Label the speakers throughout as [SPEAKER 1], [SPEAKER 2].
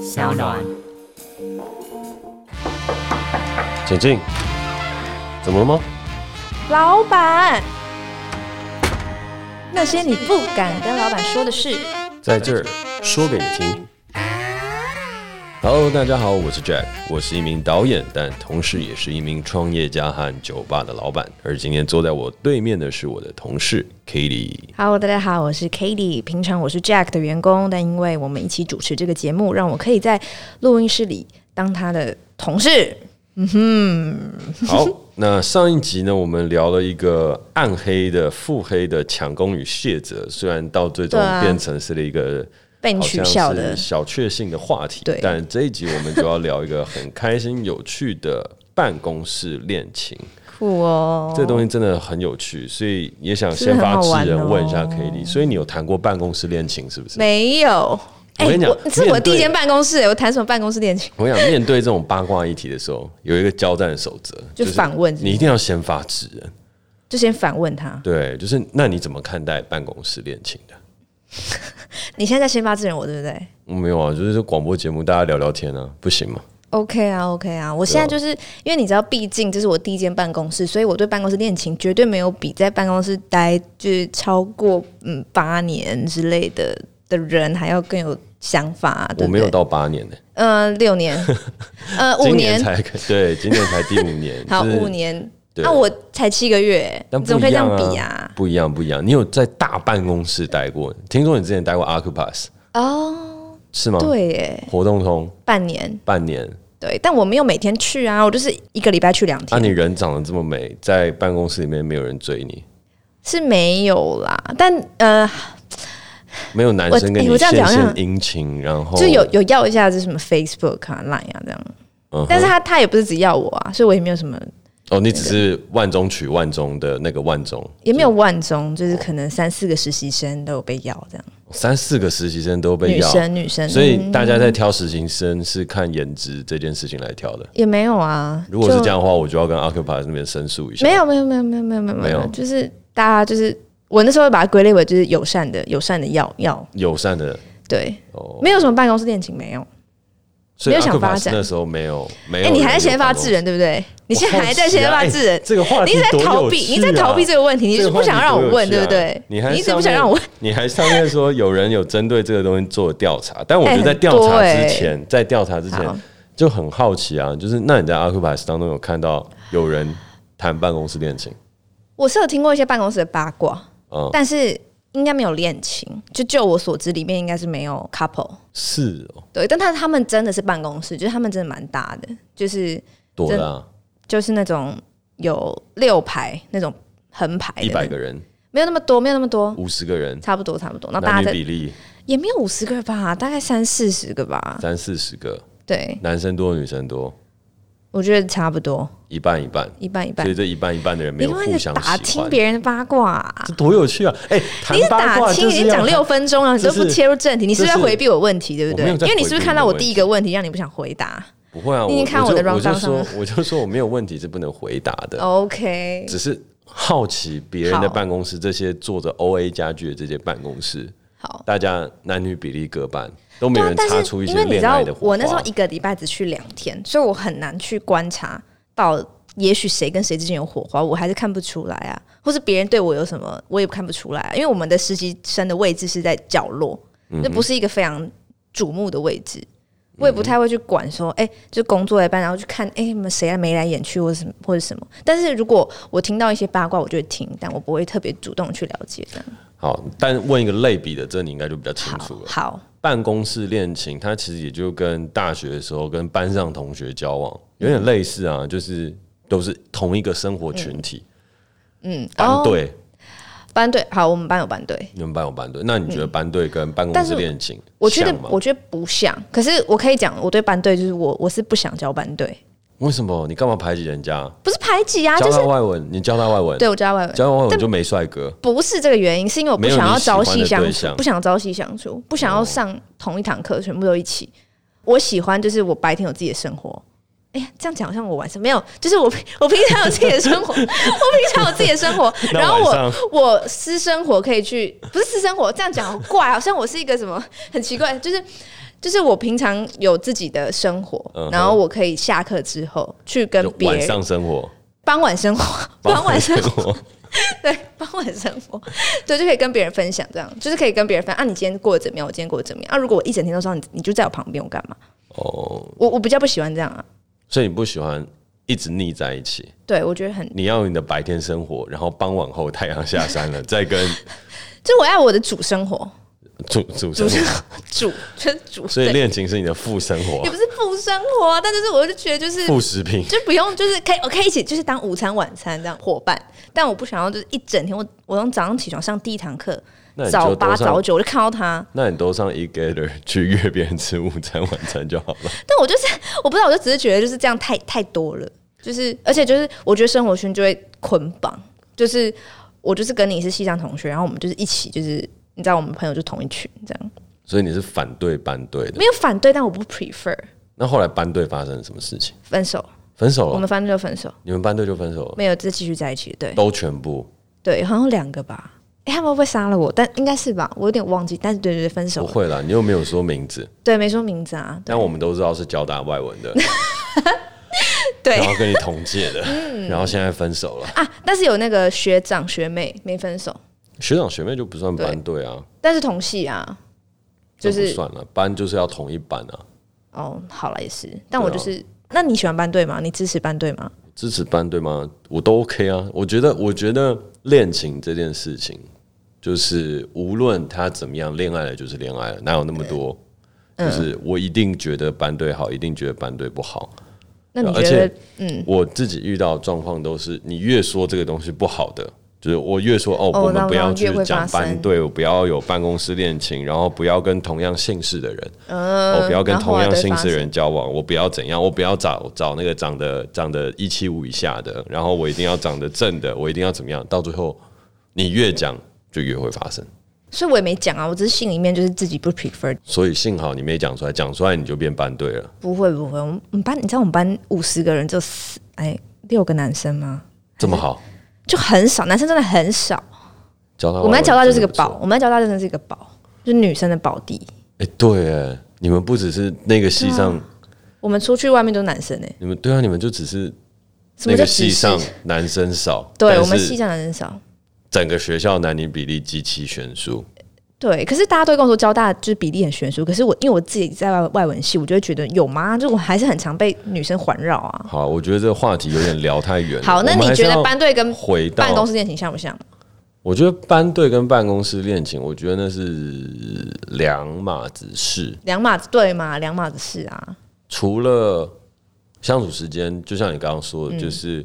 [SPEAKER 1] 小暖。
[SPEAKER 2] 简静，怎么了吗？
[SPEAKER 3] 老板，那些你不敢跟老板说的事。
[SPEAKER 2] 在这儿说给你听。Hello，大家好，我是 Jack，我是一名导演，但同时也是一名创业家和酒吧的老板。而今天坐在我对面的是我的同事 Kitty。
[SPEAKER 3] Hello，大家好，我是 k a t i e 平常我是 Jack 的员工，但因为我们一起主持这个节目，让我可以在录音室里当他的同事。
[SPEAKER 2] 好，那上一集呢，我们聊了一个暗黑的、腹黑的抢功与卸责，虽然到最终
[SPEAKER 3] 对啊
[SPEAKER 2] 变成是了一个
[SPEAKER 3] 被你
[SPEAKER 2] 好
[SPEAKER 3] 取
[SPEAKER 2] 像
[SPEAKER 3] 笑的
[SPEAKER 2] 是小确幸的话题
[SPEAKER 3] 对，
[SPEAKER 2] 但这一集我们就要聊一个很开心、有趣的办公室恋情。
[SPEAKER 3] 酷哦，
[SPEAKER 2] 这东西真的很有趣，所以也想
[SPEAKER 3] 是不是
[SPEAKER 2] 先发
[SPEAKER 3] 很好
[SPEAKER 2] 制
[SPEAKER 3] 玩
[SPEAKER 2] 人问一下
[SPEAKER 3] 哦
[SPEAKER 2] K D，、所以你有谈过办公室恋情是不是？
[SPEAKER 3] 没有。
[SPEAKER 2] 我跟你讲
[SPEAKER 3] 这是我
[SPEAKER 2] 面对
[SPEAKER 3] 第一间办公室，我谈什么办公室恋情？
[SPEAKER 2] 我想面对这种八卦议题的时候，有一个交战守则，
[SPEAKER 3] 就反问
[SPEAKER 2] 是你一定要先发制人。
[SPEAKER 3] 就先反问他。
[SPEAKER 2] 对，就是那你怎么看待办公室恋情的？
[SPEAKER 3] 你现在在先发制人我，对不对
[SPEAKER 2] 嗯没有啊，就是说广播节目大家聊聊天啊，不行吗？
[SPEAKER 3] ？OK 啊，OK 啊，我现在就是因为你知道，毕竟这是我第一间办公室，所以我对办公室恋情绝对没有比在办公室待就是超过嗯八年之类的的人还要更有想法、啊，对
[SPEAKER 2] 我
[SPEAKER 3] 不
[SPEAKER 2] 没
[SPEAKER 3] 对？
[SPEAKER 2] 有到八年呢、
[SPEAKER 3] 呃，六 年，呃，五
[SPEAKER 2] 今
[SPEAKER 3] 年，，
[SPEAKER 2] 才对，今年才第五年
[SPEAKER 3] 好，
[SPEAKER 2] 就是
[SPEAKER 3] 五。年。
[SPEAKER 2] 对
[SPEAKER 3] 那、我才七个月，
[SPEAKER 2] 但
[SPEAKER 3] 你怎
[SPEAKER 2] 不
[SPEAKER 3] 么
[SPEAKER 2] 一
[SPEAKER 3] 可以这样
[SPEAKER 2] 样
[SPEAKER 3] 比
[SPEAKER 2] 啊
[SPEAKER 3] 啊？
[SPEAKER 2] 不一样，不一样。你有在大办公室待过？听说你之前待过 Occupus
[SPEAKER 3] 哦，
[SPEAKER 2] 是吗？，
[SPEAKER 3] 对耶，
[SPEAKER 2] 活动通
[SPEAKER 3] 半年，
[SPEAKER 2] 半年，
[SPEAKER 3] 对，但我没有每天去啊，我就是一个礼拜去两
[SPEAKER 2] 啊，
[SPEAKER 3] 天。
[SPEAKER 2] 你人长得这么美，在办公室里面没有人追你，
[SPEAKER 3] 是没有啦，但呃，
[SPEAKER 2] 哦没有男
[SPEAKER 3] 我
[SPEAKER 2] 生跟
[SPEAKER 3] 哎
[SPEAKER 2] 你
[SPEAKER 3] 我这样
[SPEAKER 2] 献
[SPEAKER 3] 讲好
[SPEAKER 2] 献
[SPEAKER 3] 像
[SPEAKER 2] 殷勤，然后
[SPEAKER 3] 就有有要一下这什么 Facebook 啊、Line 啊这样，
[SPEAKER 2] 嗯哼
[SPEAKER 3] 但是他他也不是只要我啊，所以我也没有什么，
[SPEAKER 2] 哦，你只是万中取万中的那个万中，
[SPEAKER 3] 也没有万中，就是可能三四个实习生都有被要这样，
[SPEAKER 2] 三四个实习生都被
[SPEAKER 3] 女
[SPEAKER 2] 要，
[SPEAKER 3] 生女生，
[SPEAKER 2] 所以
[SPEAKER 3] 嗯
[SPEAKER 2] 大家在挑实习生是看颜值这件事情来挑的。
[SPEAKER 3] 也没有啊。
[SPEAKER 2] 如果是
[SPEAKER 3] 就
[SPEAKER 2] 这样的话，我就要跟 Occupy 那边申诉一下。
[SPEAKER 3] 没有没有没有没有没有没有没
[SPEAKER 2] 没有
[SPEAKER 3] 有，就是大家就是我那时候会把它归类为就是友善的友善的要要，
[SPEAKER 2] 友善的，
[SPEAKER 3] 对，
[SPEAKER 2] 哦
[SPEAKER 3] 没有什么办公室恋情没有。
[SPEAKER 2] 所以
[SPEAKER 3] 没有想发
[SPEAKER 2] Occupy
[SPEAKER 3] 展
[SPEAKER 2] 那时候没有没有
[SPEAKER 3] 哎、
[SPEAKER 2] 人有办公室。
[SPEAKER 3] 你还在先发制人对不对？你现在还在先发制人，
[SPEAKER 2] 哎这个话
[SPEAKER 3] 你
[SPEAKER 2] 题
[SPEAKER 3] 一直在
[SPEAKER 2] 多有
[SPEAKER 3] 逃避，
[SPEAKER 2] 趣
[SPEAKER 3] 你在逃避
[SPEAKER 2] 啊
[SPEAKER 3] 这个问题，你
[SPEAKER 2] 这
[SPEAKER 3] 是
[SPEAKER 2] 个
[SPEAKER 3] 不想让我
[SPEAKER 2] 话
[SPEAKER 3] 问，
[SPEAKER 2] 题多有趣
[SPEAKER 3] 对不
[SPEAKER 2] 啊
[SPEAKER 3] 对？
[SPEAKER 2] 你还
[SPEAKER 3] 一直不
[SPEAKER 2] 上
[SPEAKER 3] 想
[SPEAKER 2] 面
[SPEAKER 3] 让我问，
[SPEAKER 2] 你还上面说有人有针对这个东西做调查，但我觉
[SPEAKER 3] 哎
[SPEAKER 2] 得
[SPEAKER 3] 很
[SPEAKER 2] 在调查
[SPEAKER 3] 多哎
[SPEAKER 2] 之前，在调查之前
[SPEAKER 3] 好
[SPEAKER 2] 就很好奇啊，就是那你在阿 c u 斯当中有看到有人谈办公室恋情？
[SPEAKER 3] 我是有听过一些办公室的八卦，
[SPEAKER 2] 嗯
[SPEAKER 3] 但是应该没有恋情。就就我所知，里面应该是没有 couple。
[SPEAKER 2] 是哦，
[SPEAKER 3] 对，但他他们真的是办公室，就是他们真的蛮大的，就是
[SPEAKER 2] 多啦，
[SPEAKER 3] 就是那种有六排那种横排的，
[SPEAKER 2] 一百个人，
[SPEAKER 3] 没有那么多，没有那么多，
[SPEAKER 2] 五十个人，
[SPEAKER 3] 差不多差不多。那大
[SPEAKER 2] 男
[SPEAKER 3] 家
[SPEAKER 2] 女
[SPEAKER 3] 的
[SPEAKER 2] 比例
[SPEAKER 3] 也没有五十个吧，大概三四十个吧。
[SPEAKER 2] 三四十个，
[SPEAKER 3] 对，
[SPEAKER 2] 男生多女生多，
[SPEAKER 3] 我觉得差不多，
[SPEAKER 2] 一半一半，
[SPEAKER 3] 一半一半
[SPEAKER 2] 所以。这一半一半的人没有
[SPEAKER 3] 你干嘛
[SPEAKER 2] 互
[SPEAKER 3] 一直
[SPEAKER 2] 相
[SPEAKER 3] 打
[SPEAKER 2] 喜
[SPEAKER 3] 听
[SPEAKER 2] 欢。
[SPEAKER 3] 别人的八卦啊、
[SPEAKER 2] 这多有趣啊！哎、谈
[SPEAKER 3] 你是
[SPEAKER 2] 八
[SPEAKER 3] 打
[SPEAKER 2] 卦
[SPEAKER 3] 听
[SPEAKER 2] 就
[SPEAKER 3] 已
[SPEAKER 2] 是
[SPEAKER 3] 经讲
[SPEAKER 2] 要
[SPEAKER 3] 六分钟了，啊你
[SPEAKER 2] 这
[SPEAKER 3] 都
[SPEAKER 2] 是
[SPEAKER 3] 不切入正题，你是不是
[SPEAKER 2] 这
[SPEAKER 3] 在
[SPEAKER 2] 是
[SPEAKER 3] 回避我问题，对不
[SPEAKER 2] 我
[SPEAKER 3] 对？
[SPEAKER 2] 没有在
[SPEAKER 3] 因为你是不是看到我
[SPEAKER 2] 回避你的
[SPEAKER 3] 第一个问题，让你不想回答
[SPEAKER 2] 不会啊，
[SPEAKER 3] 你已
[SPEAKER 2] 我
[SPEAKER 3] 经看
[SPEAKER 2] 我
[SPEAKER 3] 我的
[SPEAKER 2] 就我就
[SPEAKER 3] rundown 上
[SPEAKER 2] 说
[SPEAKER 3] 了哦
[SPEAKER 2] 我就说我没有问题是不能回答的，
[SPEAKER 3] ？OK，
[SPEAKER 2] 只是好奇别人的
[SPEAKER 3] 好
[SPEAKER 2] 办公室，这些做着 OA 家具的这些办公室，
[SPEAKER 3] 好。
[SPEAKER 2] 大家男女比例各半，都没
[SPEAKER 3] 对
[SPEAKER 2] 有
[SPEAKER 3] 啊
[SPEAKER 2] 人，
[SPEAKER 3] 但
[SPEAKER 2] 擦
[SPEAKER 3] 是
[SPEAKER 2] 出一
[SPEAKER 3] 因
[SPEAKER 2] 些
[SPEAKER 3] 为你知
[SPEAKER 2] 恋
[SPEAKER 3] 道
[SPEAKER 2] 爱的，火花。
[SPEAKER 3] 我那时候一个礼拜只去两天，所以我很难去观察到，也许谁跟谁之间有火花，我还是看不出来啊，或是别人对我有什么，我也看不出来、啊，因为我们的实习生的位置是在角落，
[SPEAKER 2] 嗯
[SPEAKER 3] 那不是一个非常瞩目的位置。我也不太会去管说，
[SPEAKER 2] 嗯
[SPEAKER 3] 哎、就工作一半，然后去看，哎、你们谁来眉来眼去，或者什么，或者什么。但是如果我听到一些八卦，我就会听，但我不会特别主动去了解这样。
[SPEAKER 2] 好，但问一个类比的，这你应该就比较清楚了。
[SPEAKER 3] 好，
[SPEAKER 2] 办公室恋情，它其实也就跟大学的时候跟班上同学交往有
[SPEAKER 3] 嗯
[SPEAKER 2] 点类似啊，就是都是同一个生活群体，
[SPEAKER 3] 嗯，
[SPEAKER 2] 班
[SPEAKER 3] 哦，
[SPEAKER 2] 队。
[SPEAKER 3] 班队，好，我们班有班队。
[SPEAKER 2] 你们班有班队，那你觉得班队跟办公
[SPEAKER 3] 嗯但
[SPEAKER 2] 室
[SPEAKER 3] 是
[SPEAKER 2] 恋情
[SPEAKER 3] 我觉得
[SPEAKER 2] 像吗
[SPEAKER 3] 我觉得不像，可是我可以讲，我对班队就是我我是不想教班队，
[SPEAKER 2] 为什么你干嘛排挤人家？
[SPEAKER 3] 不是排挤啊，
[SPEAKER 2] 教
[SPEAKER 3] 就是
[SPEAKER 2] 他外文，你教他外文，
[SPEAKER 3] 对我教他外文，
[SPEAKER 2] 教他外文就没帅哥。
[SPEAKER 3] 不是这个原因，是因为我不
[SPEAKER 2] 没有
[SPEAKER 3] 想要
[SPEAKER 2] 你喜欢
[SPEAKER 3] 朝
[SPEAKER 2] 的
[SPEAKER 3] 夕相
[SPEAKER 2] 对
[SPEAKER 3] 处，
[SPEAKER 2] 象哦
[SPEAKER 3] 不想要朝夕相处，不想要上同一堂课，全部都一起。我喜欢就是我白天有自己的生活。哎呀，这样讲好像我晚上没有，就是我 平我平常有自己的生活，我 平常有自己的生活，
[SPEAKER 2] 那
[SPEAKER 3] 然后
[SPEAKER 2] 晚上
[SPEAKER 3] 我我哦私生活可以去，不是私生活，这样讲好怪，好像我是一个什么很奇怪，就是就是我平常有自己的生活，
[SPEAKER 2] 嗯哼
[SPEAKER 3] 然后我可以下课之后去跟
[SPEAKER 2] 就
[SPEAKER 3] 别
[SPEAKER 2] 晚
[SPEAKER 3] 人
[SPEAKER 2] 上生活，
[SPEAKER 3] 傍晚生活，傍晚生活，
[SPEAKER 2] 活，
[SPEAKER 3] 对，傍晚生活，对，就可以跟别人分享，这样就是可以跟别人分享啊，你今天过得怎么样？我今天过得怎么样？啊，如果我一整天都说你，你就在我旁边，我干嘛？
[SPEAKER 2] 哦，
[SPEAKER 3] 我我比较不喜欢这样啊，
[SPEAKER 2] 所以你不喜欢一直腻在一起，
[SPEAKER 3] 对我觉得很，
[SPEAKER 2] 你要你的白天生活，然后傍晚后太阳下山 了，再跟
[SPEAKER 3] 就我要我的主生活，
[SPEAKER 2] 主主
[SPEAKER 3] 主
[SPEAKER 2] 生活
[SPEAKER 3] 生，主就是主，
[SPEAKER 2] 所以
[SPEAKER 3] 对
[SPEAKER 2] 恋情是你的副生活
[SPEAKER 3] 也，不是副生活啊，但就是我就觉得就是
[SPEAKER 2] 副食品。
[SPEAKER 3] 就不用，就是可以，我可以一起，就是当午餐、晚餐这样伙伴。但我不想要，就是一整天，我我从早上起床上第一堂课
[SPEAKER 2] 那，你就
[SPEAKER 3] 早
[SPEAKER 2] 多
[SPEAKER 3] 八
[SPEAKER 2] 上
[SPEAKER 3] 早九，我就看到他。
[SPEAKER 2] 那你都上 e g a t e r 去约别人吃午餐、晚餐就好了。
[SPEAKER 3] 但我就是 我不知道，我就只是觉得就是这样太太多了，就是而且就是我觉得生活圈就会捆绑，就是我就是跟你是系上同学，然后我们就是一起，就是你知道我们朋友就同一群这样，
[SPEAKER 2] 所以你是反对班队的。
[SPEAKER 3] 没有反对，但我不 prefer
[SPEAKER 2] 那后来班队发生了什么事情？
[SPEAKER 3] 分手，
[SPEAKER 2] 分手
[SPEAKER 3] 我
[SPEAKER 2] 了？
[SPEAKER 3] 们反对就分手，
[SPEAKER 2] 你们班队就分手了？
[SPEAKER 3] 没有再继续在一起，对。
[SPEAKER 2] 都全部？
[SPEAKER 3] 对，好像有两个吧。哎、他们会不会杀了我？但应该是吧，我有点忘记。但是对对对，分手
[SPEAKER 2] 不
[SPEAKER 3] 了，
[SPEAKER 2] 会啦，你又没有说名字，
[SPEAKER 3] 对，没说名字啊。对
[SPEAKER 2] 但哦我们都知道是交大外文的，
[SPEAKER 3] 对嗯
[SPEAKER 2] 然后跟你同届的，然后现在分手了。
[SPEAKER 3] 啊，但是有那个学长学妹没分手，
[SPEAKER 2] 学长学妹就不算班队啊，
[SPEAKER 3] 但是同系啊，就
[SPEAKER 2] 哦那不
[SPEAKER 3] 是
[SPEAKER 2] 算了，班就是要同一班啊。
[SPEAKER 3] 哦，好了也是。但我就是，那你喜欢班队吗？你支持班队吗？
[SPEAKER 2] 支持班队吗？我都 OK 啊。我觉得，我觉得恋情这件事情，就是无论他怎么样，恋爱了就是恋爱了，哪有那么多？就是我一定觉得班队好，一定觉得班队不好。
[SPEAKER 3] 那你
[SPEAKER 2] 啊而
[SPEAKER 3] 觉得嗯
[SPEAKER 2] 且，我自己遇到的状况都是，你越说这个东西不好的，就是我越说哦，
[SPEAKER 3] 哦
[SPEAKER 2] 我们
[SPEAKER 3] 那
[SPEAKER 2] 不要
[SPEAKER 3] 那
[SPEAKER 2] 去
[SPEAKER 3] 越会
[SPEAKER 2] 讲
[SPEAKER 3] 发
[SPEAKER 2] 班
[SPEAKER 3] 生
[SPEAKER 2] 队，我不要有办公室恋情，然后不要跟同样姓氏的人，哦
[SPEAKER 3] 嗯，
[SPEAKER 2] 我不要跟
[SPEAKER 3] 然后
[SPEAKER 2] 同
[SPEAKER 3] 后来
[SPEAKER 2] 样
[SPEAKER 3] 都
[SPEAKER 2] 姓
[SPEAKER 3] 发
[SPEAKER 2] 氏的
[SPEAKER 3] 生
[SPEAKER 2] 人交往，我不要怎样，我不要找找那个长得长得一七五以下的，然后我一定要长得正的，我一定要怎么样，到最后你越讲就越会发生。
[SPEAKER 3] 所以我也没讲啊，我只是心里面就是自己不 prefer。
[SPEAKER 2] 所以幸好你没讲出来，讲出来你就变班队了。
[SPEAKER 3] 不会不会，我们我们班你知道我们班五十个人就四哎六个男生吗？
[SPEAKER 2] 这么 好，
[SPEAKER 3] 就很少，男生真的很少。
[SPEAKER 2] 交大
[SPEAKER 3] 我们在
[SPEAKER 2] 外
[SPEAKER 3] 交大就是个
[SPEAKER 2] 真的
[SPEAKER 3] 宝，我们在交大真的是一个宝，就是女生的宝地。
[SPEAKER 2] 不错。哎、对，哎，你们不只是那个系上，
[SPEAKER 3] 啊我们出去外面都是男生哎、
[SPEAKER 2] 你们对啊，你们就只是
[SPEAKER 3] 什
[SPEAKER 2] 那
[SPEAKER 3] 么叫
[SPEAKER 2] 个
[SPEAKER 3] 只
[SPEAKER 2] 系
[SPEAKER 3] 是
[SPEAKER 2] 上？男生少，
[SPEAKER 3] 对
[SPEAKER 2] 但
[SPEAKER 3] 我们
[SPEAKER 2] 是
[SPEAKER 3] 系上男生少。
[SPEAKER 2] 整个学校男女比例极其悬殊。
[SPEAKER 3] 对，可是大家都会跟我说交大就是比例很悬殊，可是我因为我自己在外外文系，我就会觉得有吗？就我还是很常被女生环绕啊。
[SPEAKER 2] 好，我觉得这个话题有点聊太远了。
[SPEAKER 3] 好，那
[SPEAKER 2] 我们
[SPEAKER 3] 你
[SPEAKER 2] 还是
[SPEAKER 3] 觉得
[SPEAKER 2] 要
[SPEAKER 3] 班队跟
[SPEAKER 2] 回到
[SPEAKER 3] 办公室恋情像不像？
[SPEAKER 2] 我觉得班队跟办公室恋情，我觉得那是两码子事。
[SPEAKER 3] 两码子对嘛，两码子事啊。
[SPEAKER 2] 除了相处时间，就像你刚刚说
[SPEAKER 3] 嗯
[SPEAKER 2] 的，就是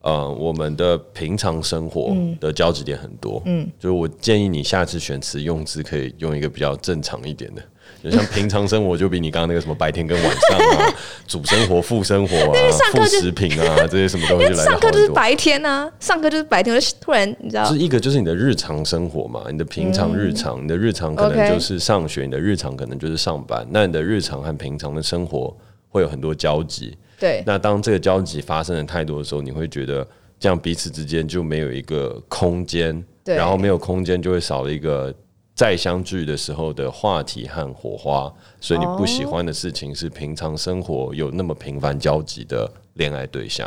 [SPEAKER 2] 呃，我们的平常生活
[SPEAKER 3] 嗯
[SPEAKER 2] 的交集点很多。嗯，就是我建议你下次选词用字可以用一个比较正常一点的。就像平常生活，就比你刚刚那个什么白天跟晚上 啊，主生活、副生活啊
[SPEAKER 3] 上、
[SPEAKER 2] 副
[SPEAKER 3] 课就
[SPEAKER 2] 食品啊这些什么东西来的
[SPEAKER 3] 上
[SPEAKER 2] 好
[SPEAKER 3] 课就是
[SPEAKER 2] 很多。
[SPEAKER 3] 白天啊，上课就是白天，我就突然你知道
[SPEAKER 2] 是，一个就是你的日常生活嘛，你的平常日常，你的日常可能
[SPEAKER 3] 嗯 OK
[SPEAKER 2] 就是上学，你的日常可能就是上班，那你的日常和平常的生活会有很多交集。
[SPEAKER 3] 对
[SPEAKER 2] 那当这个交集发生的太多的时候，你会觉得这样彼此之间就没有一个空间，
[SPEAKER 3] 对
[SPEAKER 2] 然后没有空间就会少了一个再相聚的时候的话题和火花。所以你不喜欢的事情是平常生活有那么频繁交集的恋爱对象。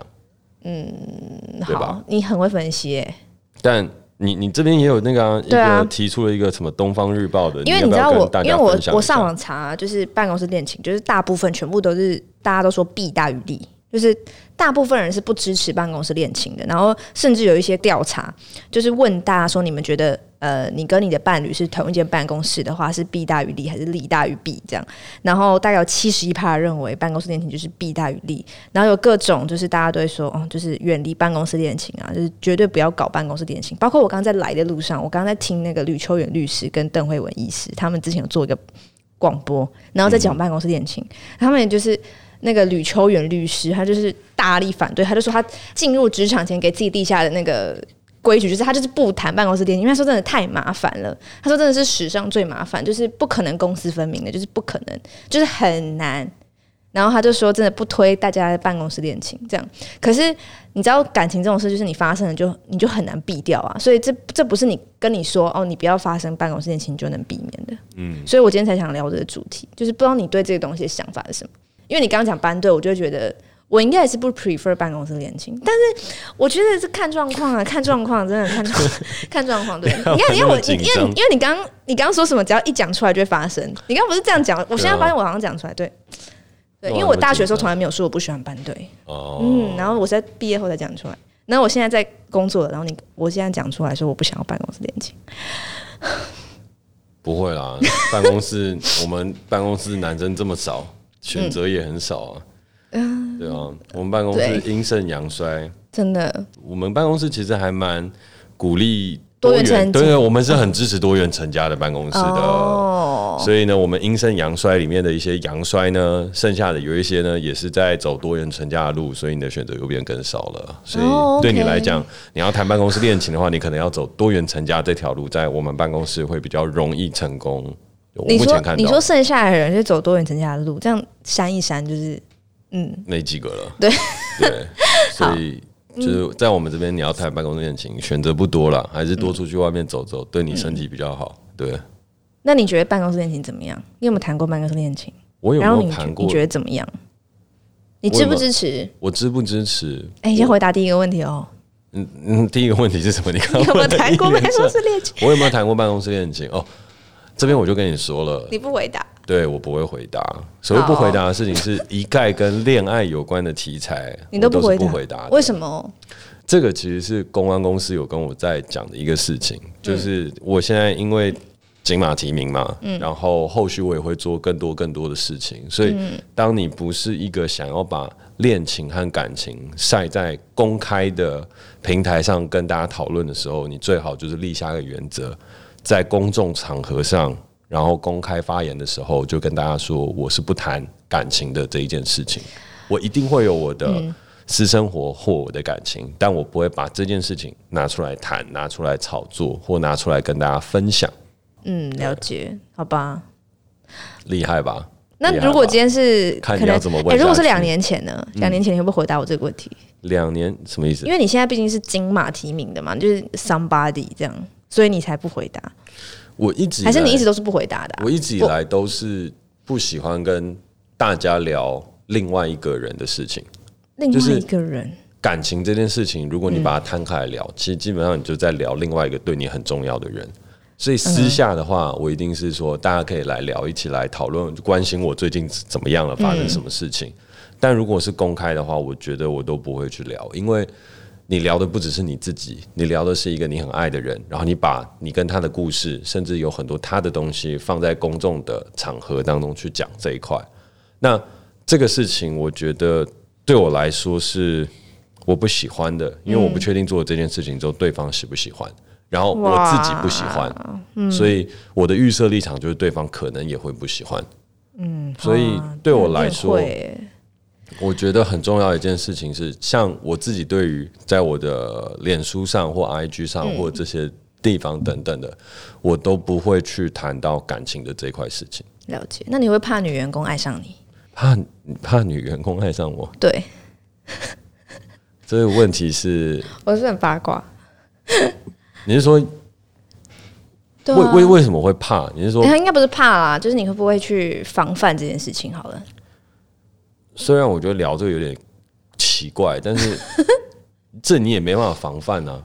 [SPEAKER 2] 对吧
[SPEAKER 3] 好，你很会分析耶、
[SPEAKER 2] 但你你这边也有那个、啊、一
[SPEAKER 3] 对啊
[SPEAKER 2] 个提出了一个什么《东方日报》的，
[SPEAKER 3] 因为
[SPEAKER 2] 你
[SPEAKER 3] 你知
[SPEAKER 2] 要
[SPEAKER 3] 道
[SPEAKER 2] 不要
[SPEAKER 3] 我
[SPEAKER 2] 跟大，
[SPEAKER 3] 因
[SPEAKER 2] 家
[SPEAKER 3] 为我
[SPEAKER 2] 分享一下
[SPEAKER 3] 我上网查，啊就是办公室恋情，就是大部分全部都是大家都说弊大于利，就是大部分人是不支持办公室恋情的。然后甚至有一些调查，就是问大家说，你们觉得呃，你跟你的伴侣是同一间办公室的话，是弊大于利还是利大于弊这样？然后大概有七十一趴认为办公室恋情就是弊大于利，然后有各种就是大家都会说，哦，就是远离办公室恋情啊，就是绝对不要搞办公室恋情。包括我刚刚在来的路上，我刚刚在听那个吕秋远律师跟邓慧文医师，他们之前有做一个广播，然后在讲办公室恋情，他们也就是。那个吕秋远律师，他就是大力反对，他就说他进入职场前给自己立下的那个规矩，就是他就是不谈办公室恋情，因为他说真的太麻烦了。他说真的是史上最麻烦，就是不可能公私分明的，就是不可能，就是很难。然后他就说，真的不推大家在办公室恋情这样。可是你知道，感情这种事就是你发生了就你就很难避掉啊，所以这这不是你跟你说哦，你不要发生办公室恋情就能避免的。嗯，所以我今天才想聊这个主题，就是不知道你对这个东西的想法是什么？因为你刚刚讲班队，我就觉得我应该也是不 prefer 办公室恋情，但是我觉得是看状况啊，看状况，真的看状看状 况。对，你看，你
[SPEAKER 2] 那
[SPEAKER 3] 看
[SPEAKER 2] 么
[SPEAKER 3] 我，
[SPEAKER 2] 紧
[SPEAKER 3] 因为
[SPEAKER 2] 张
[SPEAKER 3] 你因为你刚你刚刚说什么，只要一讲出来就会发生。你刚刚不是这样
[SPEAKER 2] 啊
[SPEAKER 3] 讲，我现在发现我好像讲出来，对。对，
[SPEAKER 2] 哇
[SPEAKER 3] 因为我大学的时
[SPEAKER 2] 那么紧张
[SPEAKER 3] 候从来没有说我不喜欢班队，
[SPEAKER 2] 啊哦，
[SPEAKER 3] 嗯，然后我是在毕业后才讲出来，然后我现在在工作了，然后你我现在讲出来说我不想要办公室恋情，
[SPEAKER 2] 不会 啦，办公室我们办公室男生这么少，选择也很少啊。
[SPEAKER 3] 嗯
[SPEAKER 2] 对啊，我们办公室阴盛阳衰，
[SPEAKER 3] 真的
[SPEAKER 2] 我们办公室其实还蛮鼓励
[SPEAKER 3] 多元成
[SPEAKER 2] 对对，我们是很支持多元成家的办公室的。
[SPEAKER 3] 哦，
[SPEAKER 2] 所以呢，我们阴盛阳衰里面的一些阳衰呢，剩下的有一些呢，也是在走多元成家的路，所以你的选择又变更少了。所
[SPEAKER 3] 哦
[SPEAKER 2] 以对你
[SPEAKER 3] ，OK
[SPEAKER 2] 来讲，你要谈办公室恋情的话，你可能要走多元成家这条路，在我们办公室会比较容易成功。我
[SPEAKER 3] 你
[SPEAKER 2] 目前
[SPEAKER 3] 说
[SPEAKER 2] 看
[SPEAKER 3] 你
[SPEAKER 2] 到
[SPEAKER 3] 说剩下的人就走多元成家的路，这样删一删就是嗯
[SPEAKER 2] 那几个了，
[SPEAKER 3] 对
[SPEAKER 2] 对，所以。就是在我们这边，你要谈办公室恋情，选择不多了，还是
[SPEAKER 3] 嗯
[SPEAKER 2] 多出去外面走走，对你身体比较好。对
[SPEAKER 3] 那你觉得办公室恋情怎么样？你有没有谈过办公室恋情？
[SPEAKER 2] 我有
[SPEAKER 3] 然后
[SPEAKER 2] 没有
[SPEAKER 3] 你觉
[SPEAKER 2] 谈
[SPEAKER 3] 你
[SPEAKER 2] 过？
[SPEAKER 3] 觉得怎么样？你
[SPEAKER 2] 我
[SPEAKER 3] 支
[SPEAKER 2] 有
[SPEAKER 3] 不
[SPEAKER 2] 没有
[SPEAKER 3] 支持？
[SPEAKER 2] 我支不支持？
[SPEAKER 3] 哎、你先回答第一个问题哦。
[SPEAKER 2] 嗯嗯，第一个问题是什么？你
[SPEAKER 3] 你
[SPEAKER 2] 刚
[SPEAKER 3] 有
[SPEAKER 2] 刚
[SPEAKER 3] 没有
[SPEAKER 2] 问的
[SPEAKER 3] 谈过
[SPEAKER 2] 一
[SPEAKER 3] 办
[SPEAKER 2] 连
[SPEAKER 3] 公
[SPEAKER 2] 串
[SPEAKER 3] 室恋情？
[SPEAKER 2] 我有没有谈过办公室恋情？哦，这边我就跟你说了，
[SPEAKER 3] 你不回答，
[SPEAKER 2] 对我不会回答。所谓不回答的事情，是一概跟恋爱有关的题材，
[SPEAKER 3] 你
[SPEAKER 2] 都
[SPEAKER 3] 不
[SPEAKER 2] 是
[SPEAKER 3] 答，
[SPEAKER 2] 不回答的。
[SPEAKER 3] 为什么？
[SPEAKER 2] 这个其实是公安公司有跟我在讲的一个事情，就是我现在因为警马提名嘛，然后后续我也会做更多更多的事情，所以当你不是一个想要把恋情和感情晒在公开的平台上跟大家讨论的时候，你最好就是立下一个原则，在公众场合上，然后公开发言的时候，就跟大家说我是不谈感情的这一件事情，我一定会有我的。私生活或我的感情，但我不会把这件事情拿出来谈、拿出来炒作或拿出来跟大家分享，
[SPEAKER 3] 嗯，了解，好吧。
[SPEAKER 2] 厉害吧？
[SPEAKER 3] 那
[SPEAKER 2] 厉害吧
[SPEAKER 3] 如果今天是
[SPEAKER 2] 看你
[SPEAKER 3] 可能
[SPEAKER 2] 要怎么问
[SPEAKER 3] 哎如果
[SPEAKER 2] 下
[SPEAKER 3] 是
[SPEAKER 2] 去嗯
[SPEAKER 3] 两年前呢？两年前你会不会回答我这个问题？
[SPEAKER 2] 两年什么意思
[SPEAKER 3] 因？为你现在毕竟是金马提名的嘛，就是 somebody 这样，所以你才不回答，
[SPEAKER 2] 我一直以
[SPEAKER 3] 还是
[SPEAKER 2] 来
[SPEAKER 3] 你一直都是不回答的啊、
[SPEAKER 2] 啊我一直以来都是不喜欢跟大家聊另外一个人的事情。
[SPEAKER 3] 另
[SPEAKER 2] 就
[SPEAKER 3] 外
[SPEAKER 2] 是
[SPEAKER 3] 一个人，
[SPEAKER 2] 感情这件事情，如
[SPEAKER 3] 嗯
[SPEAKER 2] 果你把它摊开来聊，其实基本上你就在聊另外一个对你很重要的人。所以
[SPEAKER 3] 嗯
[SPEAKER 2] 私下的话，我一定是说大家可以来聊，一起来讨论，关心我最近怎么样了，发生
[SPEAKER 3] 嗯
[SPEAKER 2] 什么事情。但如果是公开的话，我觉得我都不会去聊，因为你聊的不只是你自己，你聊的是一个你很爱的人，然后你把你跟他的故事，甚至有很多他的东西放在公众的场合当中去讲这一块。那这个事情，我觉得对我来说是我不喜欢的，因为我不确定做了这件事情之后对方喜不喜欢，然后我自己不喜欢，所以我的预设立场就是对方可能也会不喜欢。嗯，所以
[SPEAKER 3] 哇
[SPEAKER 2] 对我
[SPEAKER 3] 那
[SPEAKER 2] 来
[SPEAKER 3] 很
[SPEAKER 2] 说
[SPEAKER 3] 会，耶
[SPEAKER 2] 我觉得很重要的一件事情是，像我自己对于在我的脸书上或 IG 上
[SPEAKER 3] 嗯
[SPEAKER 2] 或这些地方等等的，我都不会去谈到感情的这一块事情。
[SPEAKER 3] 了解。那你会怕女员工爱上你？
[SPEAKER 2] 怕怕女员工爱上我，
[SPEAKER 3] 对，
[SPEAKER 2] 这个问题 是
[SPEAKER 3] 我是很八卦。
[SPEAKER 2] 你是说
[SPEAKER 3] 对
[SPEAKER 2] 为
[SPEAKER 3] 啊，
[SPEAKER 2] 为为什么会怕？你是说
[SPEAKER 3] 他哎应该不是怕啦，就是你会不会去防范这件事情？好了，
[SPEAKER 2] 虽然我觉得聊这个有点奇怪，但 是这你也没办法防范啊。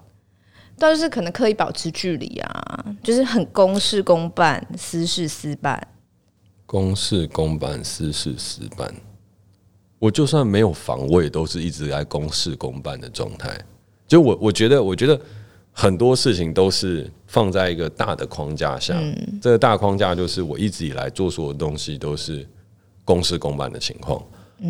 [SPEAKER 3] 但就是可能刻意保持距离啊，就是很公事公办，私事私办。
[SPEAKER 2] 公事公办，私事私办。我就算没有防卫，都是一直在公事公办的状态。就我，我觉得，我觉得很多事情都是放在一个大的框架下。这个大框架就是我一直以来做所有东西都是公事公办的情况，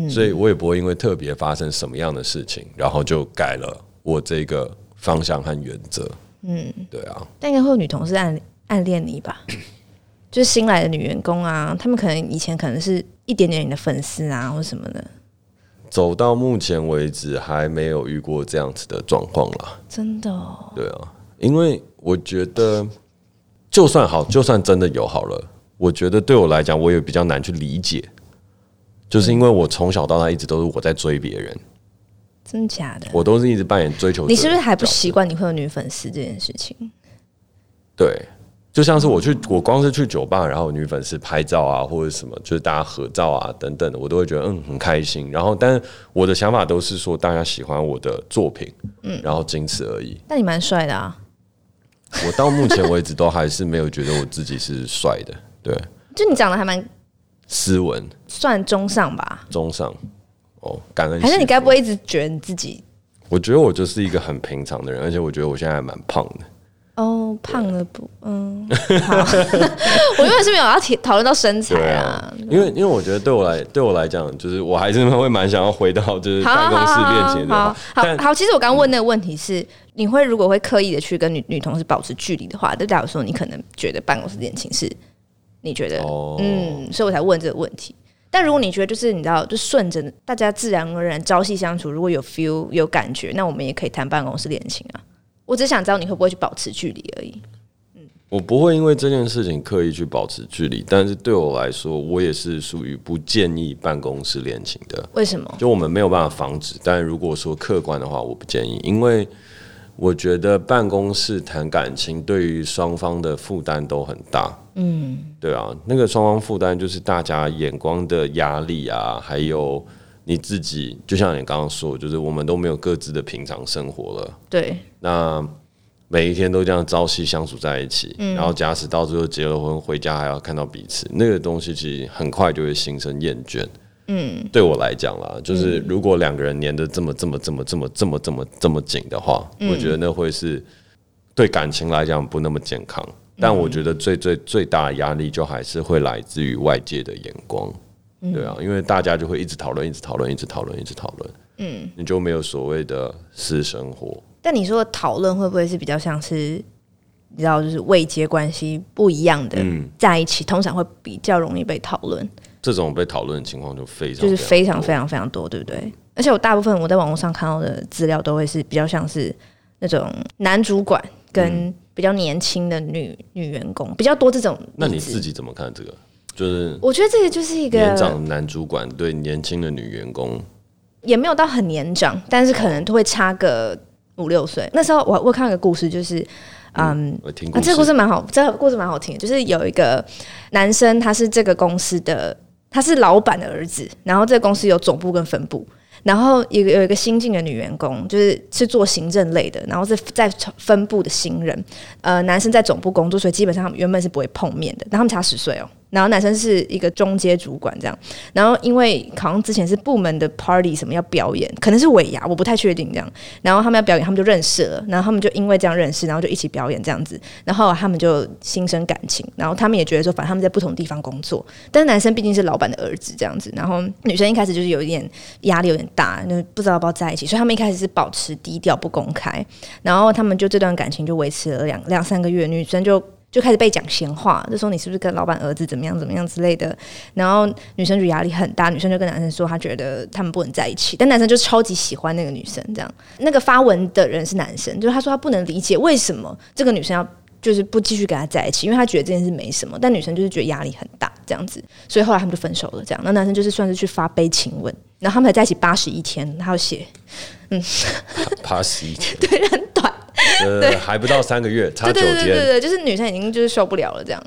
[SPEAKER 2] 所以我也不会因为特别发生什么样的事情，然后就改了我这个方向和原则。嗯，对啊，
[SPEAKER 3] 但应该会有女同事暗暗恋你吧？ 就是新来的女员工啊，她们可能以前可能是一点点你的粉丝啊，或什么的，
[SPEAKER 2] 走到目前为止还没有遇过这样子的状况啦。
[SPEAKER 3] 真的、哦。
[SPEAKER 2] 对啊，因为我觉得，就算好，就算真的有好了，我觉得对我来讲，我也比较难去理解。就是因为我从小到大一直都是我在追别人，
[SPEAKER 3] 真的假的？
[SPEAKER 2] 我都是一直扮演追求者。
[SPEAKER 3] 嗯你是不是还不习惯你会有女粉丝这件事情？
[SPEAKER 2] 对，就像是我去，我光是去酒吧，然后女粉丝拍照啊，或者什么，就是大家合照啊等等的，我都会觉得嗯很开心。然后，但我的想法都是说大家喜欢我的作品，嗯，然后仅此而已。
[SPEAKER 3] 但你蛮帅的啊，
[SPEAKER 2] 我到目前为止都还是没有觉得我自己是帅的，对，
[SPEAKER 3] 就你长得还蛮
[SPEAKER 2] 斯文
[SPEAKER 3] 算中上吧？
[SPEAKER 2] 中上哦，感恩。
[SPEAKER 3] 还是你该不？会一直觉得你自己
[SPEAKER 2] 我觉得我就是一个很平常的人，而且我觉得我现在还蛮胖的。
[SPEAKER 3] 哦胖了不？嗯，好， 我原本是没有要提讨论到身材
[SPEAKER 2] 对
[SPEAKER 3] 啊
[SPEAKER 2] 啊。，因为因为我觉得对我来对我来讲，就是我还是会蛮想要回到就是
[SPEAKER 3] 好
[SPEAKER 2] 办
[SPEAKER 3] 好
[SPEAKER 2] 公
[SPEAKER 3] 好
[SPEAKER 2] 室恋
[SPEAKER 3] 好
[SPEAKER 2] 情的话
[SPEAKER 3] 好，好
[SPEAKER 2] 但
[SPEAKER 3] 好，其实我刚刚问那个问题是，你会如果会刻意的去跟女女同事保持距离的话，就代表说你可能觉得办公室恋情是你觉得、
[SPEAKER 2] 哦
[SPEAKER 3] 嗯，所以我才问这个问题。但如果你觉得就是你知道，就顺着大家自然而然朝夕相处，如果有 feel 有感觉，那我们也可以谈办公室恋情啊。我只想知道你会不会去保持距离而已。
[SPEAKER 2] 我不会因为这件事情刻意去保持距离，但是对我来说，我也是属于不建议办公室恋情的。
[SPEAKER 3] 为什么？
[SPEAKER 2] 就我们没有办法防止，但如果说客观的话，我不建议，因为我觉得办公室谈感情对于双方的负担都很大。嗯，对啊，那个双方负担就是大家眼光的压力啊，还有你自己，就像你刚刚说，就是我们都没有各自的平常生活了。
[SPEAKER 3] 对，
[SPEAKER 2] 那每一天都这样朝夕相处在一起，然后假使到最后结了婚回家还要看到彼此，那个东西其实很快就会形成厌倦。嗯，对我来讲啦，就是如果两个人粘的这么这么这么这么这么这么这么紧的话，我觉得那会是对感情来讲不那么健康。但我觉得最最最大的压力就还是会来自于外界的眼光，对啊，因为大家就会一直讨论，一直讨论，一直讨论，一直讨论，嗯，你就没有所谓的私生活，
[SPEAKER 3] 但你说的讨论会不会是比较像是，你知道，就是未接关系不一样的、
[SPEAKER 2] 嗯
[SPEAKER 3] 在一起，通常会比较容易被讨论，
[SPEAKER 2] 这种被讨论的情况就非常
[SPEAKER 3] 就是非常
[SPEAKER 2] 多
[SPEAKER 3] 非常非常多，对不对？而且我大部分我在网络上看到的资料都会是比较像是那种男主管跟
[SPEAKER 2] 嗯
[SPEAKER 3] 比较年轻的女、女员工比较多这种例子。
[SPEAKER 2] 那你自己怎么看这个？就是
[SPEAKER 3] 我觉得这个就是一
[SPEAKER 2] 年
[SPEAKER 3] 个
[SPEAKER 2] 长男主管对年轻的女员工，
[SPEAKER 3] 也没有到很年长，但是可能都会差个五六岁。那时候我我看到一个故事，就是
[SPEAKER 2] 我呃听
[SPEAKER 3] 啊，
[SPEAKER 2] 故
[SPEAKER 3] 这个故事蛮好，这个故事蛮好听的。就是有一个男生，他是这个公司的，他是老板的儿子，然后这个公司有总部跟分部。然后有有一个新进的女员工，就是是做行政类的，然后是在分部的新人。呃，男生在总部工作，所以基本上他们原本是不会碰面的。然后他们差十岁哦，然后男生是一个中阶主管这样。然后因为好像之前是部门的 party 什么要表演，可能是尾牙，我不太确定这样。然后他们要表演，他们就认识了，然后他们就因为这样认识，然后就一起表演这样子，然后他们就心生感情，然后他们也觉得说，反正他们在不同地方工作，但是男生毕竟是老板的儿子这样子，然后女生一开始就是有一点压力有点大，那不知道要不要在一起，所以他们一开始是保持低调不公开，然后他们就这段感情就维持了两两三个月，女生就。就开始被讲闲话，就说你是不是跟老板儿子怎么样怎么样之类的，然后女生就压力很大，女生就跟男生说她觉得他们不能在一起，但男生就超级喜欢那个女生这样，那个发文的人是男生，就是他说他不能理解为什么这个女生要就是不继续跟他在一起，因为他觉得这件事没什么，但女生就是觉得压力很大这样子，所以后来他们就分手了。这样，那男生就是算是去发悲情文，然后他们才在一起八十一天，他要写
[SPEAKER 2] 爬十一天，
[SPEAKER 3] 对很短，
[SPEAKER 2] 呃，还不到三个月，差九
[SPEAKER 3] 对对对对对
[SPEAKER 2] 天。
[SPEAKER 3] 对，就是女生已经就是受不了了这样。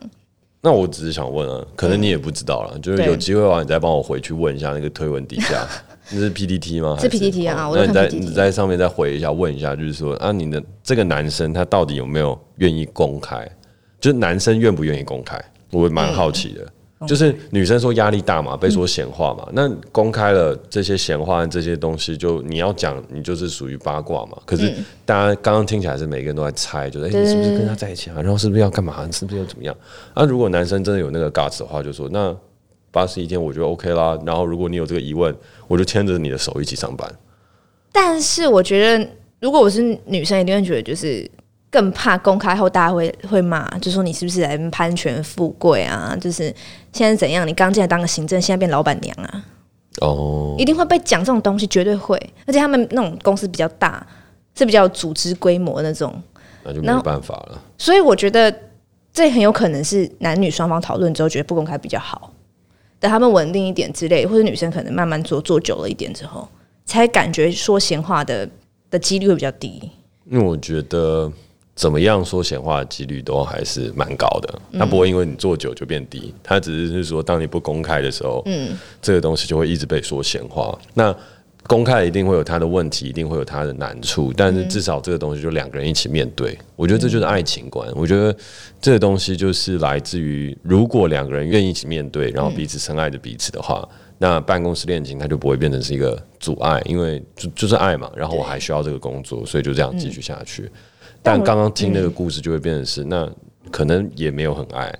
[SPEAKER 2] 那我只是想问啊，可能你也不知道了，就是
[SPEAKER 3] 对
[SPEAKER 2] 有机会的话，你再帮我回去问一下那个推文底下，那是 PPT 吗？还
[SPEAKER 3] 是 PTT 啊
[SPEAKER 2] 哦
[SPEAKER 3] 我都
[SPEAKER 2] 那你
[SPEAKER 3] 看
[SPEAKER 2] 在
[SPEAKER 3] PTT
[SPEAKER 2] 你在上面再回一下，问一下，就是说啊，你的这个男生他到底有没有愿意公开？就是男生愿不愿意公开？我蛮好奇
[SPEAKER 3] 嗯
[SPEAKER 2] 的。就是女生说压力大嘛，被说闲话嘛，那公开了这些闲话这些东西就，你要讲，你就是属于八卦嘛。可
[SPEAKER 3] 嗯
[SPEAKER 2] 是大家刚刚听起来是每个人都在猜，就是哎、你是不是跟他在一起啊？然后是不是要干嘛？是不是要怎么样？啊，如果男生真的有那个 guts 的话，就说那八十一天我觉得 OK 啦。然后如果你有这个疑问，我就牵着你的手一起上班。
[SPEAKER 3] 但是我觉得，如果我是女生，一定会觉得就是更怕公开后大家会会骂，就说你是不是来攀权富贵啊？就是现在怎样？你刚进来当个行政，现在变老板娘啊？
[SPEAKER 2] 哦，
[SPEAKER 3] 一定会被讲这种东西，绝对会。而且他们那种公司比较大，是比较有组织规模那种，
[SPEAKER 2] 那就没
[SPEAKER 3] 然后
[SPEAKER 2] 办法了。
[SPEAKER 3] 所以我觉得这很有可能是男女双方讨论之后觉得不公开比较好。等他们稳定一点之类，或者女生可能慢慢做做久了一点之后，才感觉说闲话的的几率会比较低。
[SPEAKER 2] 因为我觉得怎么样说闲话的几率都还是蛮高的，它不会因为你做久就变低，它只是是说当你不公开的时候，嗯，这个东西就会一直被说闲话。那公开一定会有它的问题，一定会有它的难处，但是至少这个东西就两个人一起面对。我觉得这就是爱情观。我觉得这个东西就是来自于，如果两个人愿意一起面对，然后彼此深爱着彼此的话，那办公室恋情它就不会变成是一个阻碍，因为就就是爱嘛。然后我还需要这个工作，所以就这样继续下去。但刚刚听那个故事，就会变成是、那可能也没有很爱。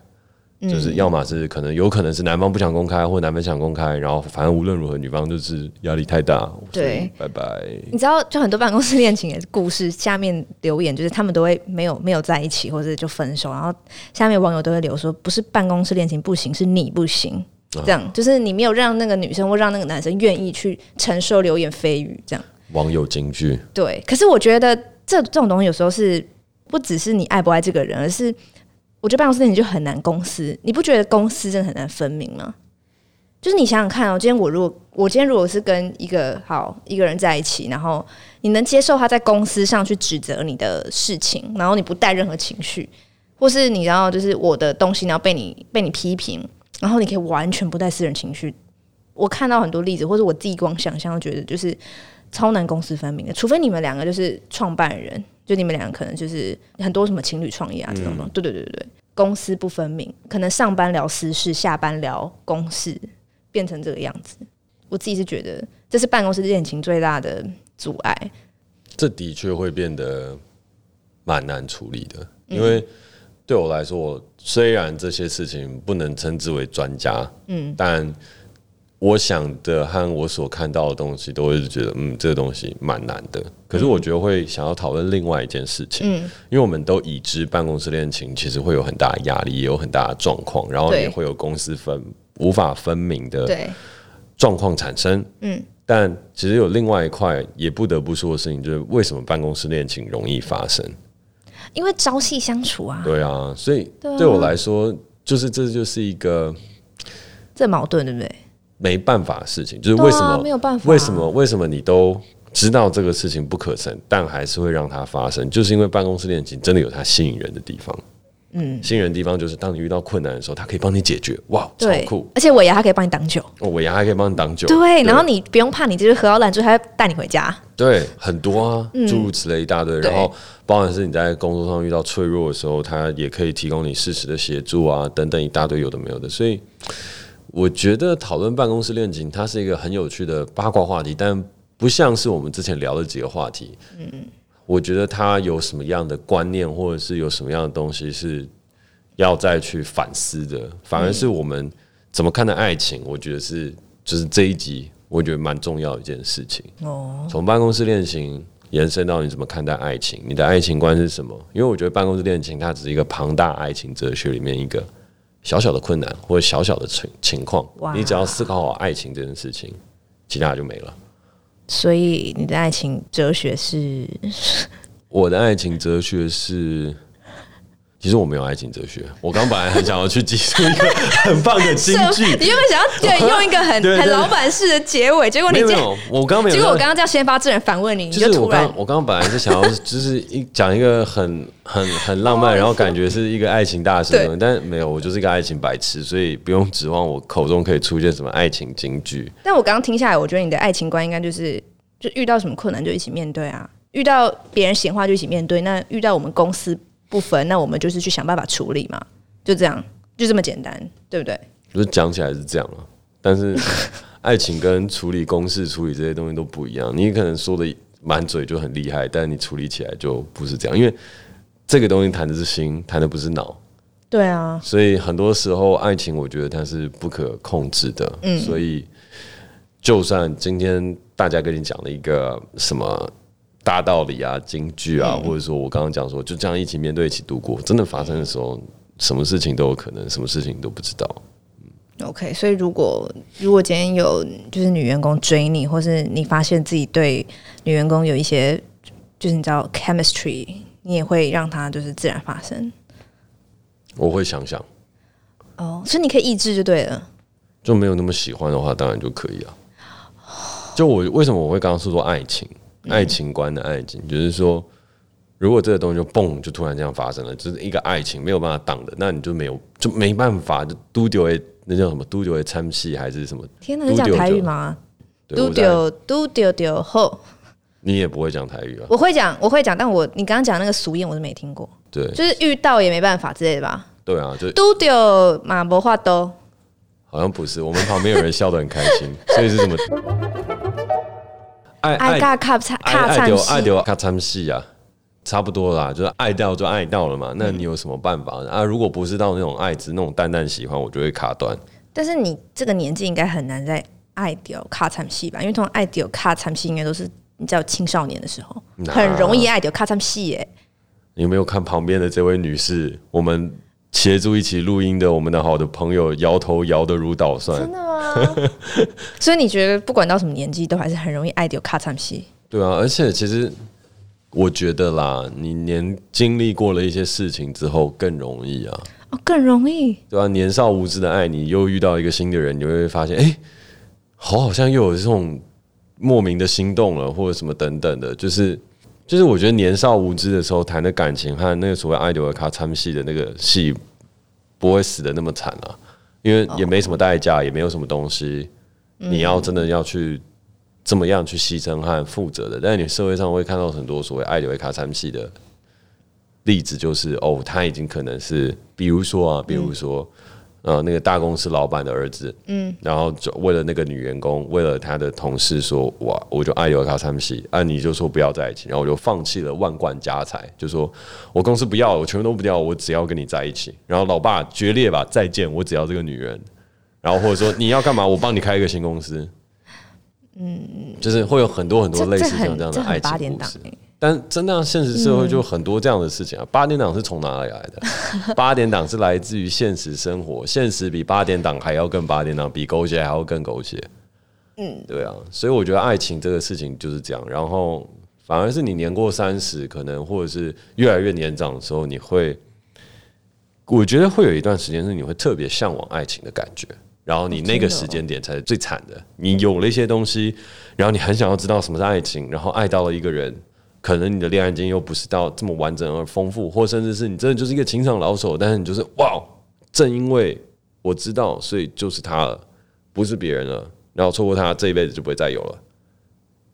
[SPEAKER 2] 就是要么是可能有可能是男方不想公开，或者男方想公开，然后反正无论如何女方就是压力太大，所以
[SPEAKER 3] 对
[SPEAKER 2] 拜拜。
[SPEAKER 3] 你知道，就很多办公室恋情的 故事，下面留言就是他们都会没有没有在一起，或者就分手，然后下面网友都会留说，不是办公室恋情不行，是你不行。这样就是你没有让那个女生或让那个男生愿意去承受流言蜚语，这样
[SPEAKER 2] 网友金句，
[SPEAKER 3] 对。可是我觉得这这种东西有时候是不只是你爱不爱这个人，而是我觉得办公室恋情就很难公私，你不觉得公私真的很难分明吗？就是你想想看哦，今天我如果我今天如果是跟一个好一个人在一起，然后你能接受他在公司上去指责你的事情，然后你不带任何情绪，或是你然后就是我的东西，然后被你被你批评，然后你可以完全不带私人情绪。我看到很多例子，或者我自己光想象，觉得就是超难公私分明的。除非你们两个就是创办人，就你们两个可能就是很多什么情侣创业啊这种的。对对对对对，公私不分明，可能上班聊私事，下班聊公事，变成这个样子。我自己是觉得这是办公室恋情最大的阻碍。
[SPEAKER 2] 这的确会变得蛮难处理的，因为对我来说，我虽然这些事情不能称之为专家，嗯，但我想的和我所看到的东西，都会觉得，嗯，这个东西蛮难的。可是我觉得会想要讨论另外一件事情，因为我们都已知办公室恋情其实会有很大的压力，也有很大的状况，然后
[SPEAKER 3] 对
[SPEAKER 2] 也会有公私分无法分明的
[SPEAKER 3] 对，
[SPEAKER 2] 状况产生。嗯，但其实有另外一块也不得不说的事情，就是为什么办公室恋情容易发生？
[SPEAKER 3] 因为朝夕相处啊，
[SPEAKER 2] 对啊，所以对我来说，就是这就是一个
[SPEAKER 3] 这矛盾对不对？
[SPEAKER 2] 没办法的事情，就是为什么、
[SPEAKER 3] 对啊没有办法啊
[SPEAKER 2] 为什么为什么你都知道这个事情不可成，但还是会让它发生，就是因为办公室恋情真的有它吸引人的地方。嗯，吸引人的地方就是当你遇到困难的时候，它可以帮你解决，哇，超
[SPEAKER 3] 对
[SPEAKER 2] 酷！，
[SPEAKER 3] 而且尾牙它可以帮你挡酒，
[SPEAKER 2] 哦尾牙还可以帮你挡酒，
[SPEAKER 3] 对，然后你不用怕你就是喝到烂醉，它会带你回家。
[SPEAKER 2] 对，很多啊，诸如此类一大堆。
[SPEAKER 3] 对
[SPEAKER 2] 然后，包含是你在工作上遇到脆弱的时候，他也可以提供你适时的协助啊，等等一大堆有的没有的。所以，我觉得讨论办公室恋情，它是一个很有趣的八卦话题，但不像是我们之前聊的几个话题。嗯，我觉得它有什么样的观念，或者是有什么样的东西是要再去反思的，反而是我们怎么看待爱情，我觉得是就是这一集。我觉得蛮重要的一件事情。从办公室恋情延伸到你怎么看待爱情，你的爱情观是什么？因为我觉得办公室恋情它只是一个庞大爱情哲学里面一个小小的困难或者小小的情情况
[SPEAKER 3] 哇，
[SPEAKER 2] 你只要思考好爱情这件事情，其他就没了。
[SPEAKER 3] 所以你的爱情哲学是
[SPEAKER 2] 我的爱情哲学是。其实我没有爱情哲学，我刚本来很想要去挤出一个很棒的金 句，
[SPEAKER 3] 你原本想要对用一个 很
[SPEAKER 2] 对对
[SPEAKER 3] 很老板式的结尾，结果你
[SPEAKER 2] 没有没
[SPEAKER 3] 今天
[SPEAKER 2] 有，我刚没有。
[SPEAKER 3] 结果我刚刚这样先发制人反问你，你
[SPEAKER 2] 就是我
[SPEAKER 3] 突然
[SPEAKER 2] 刚我刚刚本来是想要 就是一讲一个很很很浪
[SPEAKER 3] 哦
[SPEAKER 2] 漫，然后感觉是一个爱情大师的东西，但没有，我就是一个爱情白痴，所以不用指望我口中可以出现什么爱情金句。
[SPEAKER 3] 但我刚刚听下来，我觉得你的爱情观应该就是，就遇到什么困难就一起面对啊，遇到别人闲话就一起面对，那遇到我们公司不分，那我们就是去想办法处理嘛，就这样，就这么简单，对不对？
[SPEAKER 2] 就是讲起来是这样了，但是 爱情跟处理公式、处理这些东西都不一样。你可能说的满嘴就很厉害，但你处理起来就不是这样，因为这个东西谈的是心，谈的不是脑。
[SPEAKER 3] 对啊，
[SPEAKER 2] 所以很多时候，爱情我觉得它是不可控制的。所以就算今天大家跟你讲了一个什么大道理啊、金句啊，或者说我刚刚讲说就这样一起面对、一起度过，真的发生的时候，什么事情都有可能，什么事情你都不知道。
[SPEAKER 3] OK，所以如果如果今天有就是女员工追你，或是你发现自己对女员工有一些就是你知道 chemistry，你也会让它就是自然发生
[SPEAKER 2] 我会想想，
[SPEAKER 3] 哦，所以你可以抑制就对了。
[SPEAKER 2] 就没有那么喜欢的话，当然就可以啊。就我为什么我会刚刚是说爱情，
[SPEAKER 3] 嗯
[SPEAKER 2] 爱情观的爱情，就是说，如果这个东西就蹦就突然这样发生了，就是一个爱情没有办法挡的，那你就没有就没办法，就嘟丢诶，那叫什么嘟丢诶参戏还是什么？
[SPEAKER 3] 天哪，你讲
[SPEAKER 2] 丢丢
[SPEAKER 3] 台语吗？
[SPEAKER 2] 对
[SPEAKER 3] 嘟，
[SPEAKER 2] 我在
[SPEAKER 3] 丢嘟丢丢后，
[SPEAKER 2] 你也不会讲台语啊？
[SPEAKER 3] 我会讲，我会讲，但我你刚刚讲那个俗谚我是没听过，
[SPEAKER 2] 对
[SPEAKER 3] 就是遇到也没办法之类的吧。
[SPEAKER 2] 对啊，就
[SPEAKER 3] 嘟丢马博话都，
[SPEAKER 2] 好像不是，我们旁边有人笑得很开心，所以是什么？爱
[SPEAKER 3] 爱
[SPEAKER 2] 爱
[SPEAKER 3] 尬卡擦
[SPEAKER 2] 爱
[SPEAKER 3] 卡
[SPEAKER 2] 爱
[SPEAKER 3] 唱
[SPEAKER 2] 丢
[SPEAKER 3] 戏
[SPEAKER 2] 爱丢卡参戏啊，差不多啦，就是爱到就爱到了嘛。那你有什么办法呢啊？如果不是到那种爱只那种淡淡喜欢，我就会卡断。
[SPEAKER 3] 但是你这个年纪应该很难再爱丢卡惨戏吧？因为通常爱丢卡惨戏应该都是你知道青少年的时候，
[SPEAKER 2] 哪
[SPEAKER 3] 很容易爱丢卡惨戏耶。
[SPEAKER 2] 你有没有看旁边的这位女士？我们协助一起录音的我们的好的朋友，摇头摇得如捣蒜。
[SPEAKER 3] 的吗？ 所以你觉得不管到什么年纪，都还是很容易爱丢卡惨戏？
[SPEAKER 2] 对啊，而且其实我觉得啦，你年经历过了一些事情之后，更容易啊。
[SPEAKER 3] 哦，更容易。
[SPEAKER 2] 对啊，年少无知的爱你，又遇到一个新的人，你会发现，哎、好好像又有这种莫名的心动了，或者什么等等的，就是就是我觉得年少无知的时候谈的感情和那个所谓爱流尔卡参戏的那个戏，不会死的那么惨啊，因为也没什么代价，也没有什么东西，你要真的要去。怎么样去牺牲和负责的？但是你社会上会看到很多所谓爱流尔卡参戏的例子就是哦，他已经可能是，比如说
[SPEAKER 3] 嗯
[SPEAKER 2] 啊，比如说，呃，那个大公司老板的儿子，嗯，然后就为了那个女员工，为了他的同事说，哇，我就爱尤卡他们系，啊，你就说不要在一起，然后我就放弃了万贯家财，就说我公司不要，我全部都不要，我只要跟你在一起。然后老爸决裂吧，再见，我只要这个女人。然后或者说你要干嘛，我帮你开一个新公司。嗯，就是会有很多很多
[SPEAKER 3] 这
[SPEAKER 2] 类
[SPEAKER 3] 这
[SPEAKER 2] 似像
[SPEAKER 3] 很
[SPEAKER 2] 这样的
[SPEAKER 3] 这
[SPEAKER 2] 爱
[SPEAKER 3] 很八
[SPEAKER 2] 情
[SPEAKER 3] 点
[SPEAKER 2] 故
[SPEAKER 3] 档
[SPEAKER 2] 事。
[SPEAKER 3] 哎，
[SPEAKER 2] 但真的啊现实社会就很多这样的事情啊。八点档是从哪里来的？八点档是来自于现实生活，现实比八点档还要更八点档，比狗血还要更狗血。嗯，对啊，所以我觉得爱情这个事情就是这样。然后反而是你年过三十，可能或者是越来越年长的时候，你会，我觉得会有一段时间是你会特别向往爱情的感觉。然后你那个时间点才是最惨的，你有了一些东西，然后你很想要知道什么是爱情，然后爱到了一个人，可能你的恋爱经验又不是到这么完整而丰富，或甚至是你真的就是一个情场老手，但是你就是哇，正因为我知道，所以就是他了，不是别人了，然后错过他这一辈子就不会再有了，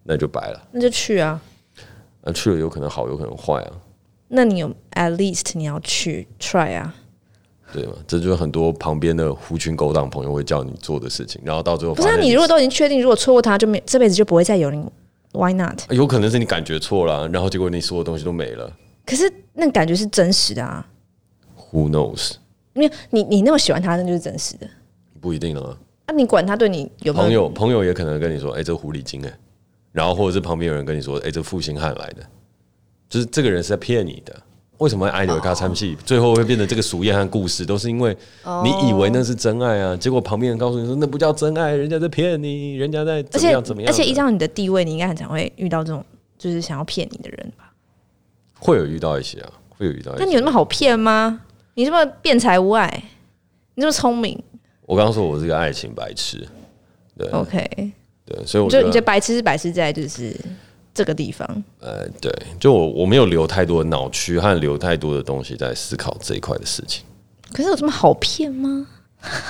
[SPEAKER 2] 那就白了。
[SPEAKER 3] 那就去啊。
[SPEAKER 2] 那去了有可能好，有可能坏啊，
[SPEAKER 3] 那你有 at least 你要去 try 啊？
[SPEAKER 2] 对吗？这就是很多旁边的狐群狗党朋友会叫你做的事情，然后到最后
[SPEAKER 3] 不
[SPEAKER 2] 发
[SPEAKER 3] 是、啊，
[SPEAKER 2] 现
[SPEAKER 3] 你如果都已经确定，如果错过他，就没这辈子就不会再有你，Why not？
[SPEAKER 2] 有可能是你感觉错了，然后结果你所有东西都没了。
[SPEAKER 3] 可是那感觉是真实的啊，
[SPEAKER 2] Who knows？
[SPEAKER 3] 因为你你那么喜欢他，那就是真实的。
[SPEAKER 2] 不一定啊。
[SPEAKER 3] 啊，你管他对你有
[SPEAKER 2] 朋
[SPEAKER 3] 没有？
[SPEAKER 2] 友朋友也可能跟你说：“哎、这狐狸精哎、然后或者是旁边有人跟你说：“哎、这负心汉来的。”就是这个人是在骗你的。为什么爱牛咖参
[SPEAKER 3] 哦
[SPEAKER 2] 戏最后会变成这个俗谚和故事，都是因为你以为那是真爱啊，结果旁边人告诉你说那不叫真爱，人家在骗你，人家在
[SPEAKER 3] 而
[SPEAKER 2] 怎么
[SPEAKER 3] 且
[SPEAKER 2] 样怎么样的。
[SPEAKER 3] 而且依照你的地位，你应该很常会遇到这种就是想要骗你的人吧？
[SPEAKER 2] 会有遇到一些啊，会有遇到一些。
[SPEAKER 3] 那你有那么好骗吗？你这么辩才无碍，你这么聪明
[SPEAKER 2] 我刚刚说我是个爱情白痴，对
[SPEAKER 3] ，OK？
[SPEAKER 2] 对，嗯所以我
[SPEAKER 3] 你
[SPEAKER 2] 觉
[SPEAKER 3] 就
[SPEAKER 2] 得
[SPEAKER 3] 你这白痴是白痴在就是这个地方，
[SPEAKER 2] 呃，对，就我我没有留太多的脑区和留太多的东西在思考这一块的事情。
[SPEAKER 3] 可是有这么好骗吗？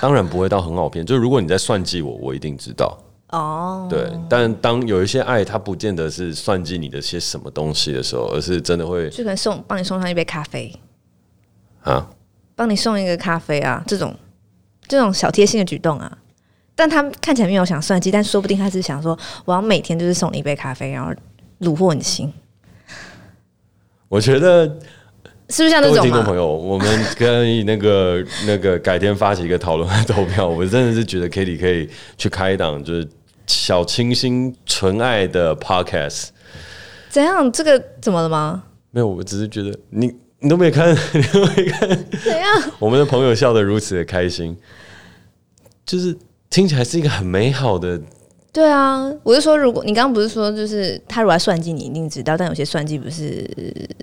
[SPEAKER 2] 当然不会到很好骗，就是如果你在算计我，我一定知道。
[SPEAKER 3] 哦，
[SPEAKER 2] 对，但当有一些爱，它不见得是算计你的些什么东西的时候，而是真的会
[SPEAKER 3] 就可能送帮你送上一杯咖啡，
[SPEAKER 2] 啊，
[SPEAKER 3] 帮你送一个咖啡啊，这种这种小贴心的举动啊。但他看起来没有想算计，但说不定他是想说，我要每天就是送你一杯咖啡，然后虏获你的心，
[SPEAKER 2] 我觉得
[SPEAKER 3] 是不是像
[SPEAKER 2] 各
[SPEAKER 3] 这
[SPEAKER 2] 位
[SPEAKER 3] 种啊
[SPEAKER 2] 听众
[SPEAKER 3] 嘛
[SPEAKER 2] 朋？友，我们可以那个 那个改天发起一个讨论和投票。我真的是觉得 Kitty 可以去开一档就是小清新纯爱的 Podcast。
[SPEAKER 3] 怎样？这个怎么了吗？
[SPEAKER 2] 没有，我只是觉得你你都没看， 你都没看，
[SPEAKER 3] 怎样？
[SPEAKER 2] 我们的朋友笑得如此的开心，就是听起来是一个很美好的
[SPEAKER 3] 对啊，我就说，如果你刚刚不是说，就是他如果要算计你，一定知道，但有些算计不是，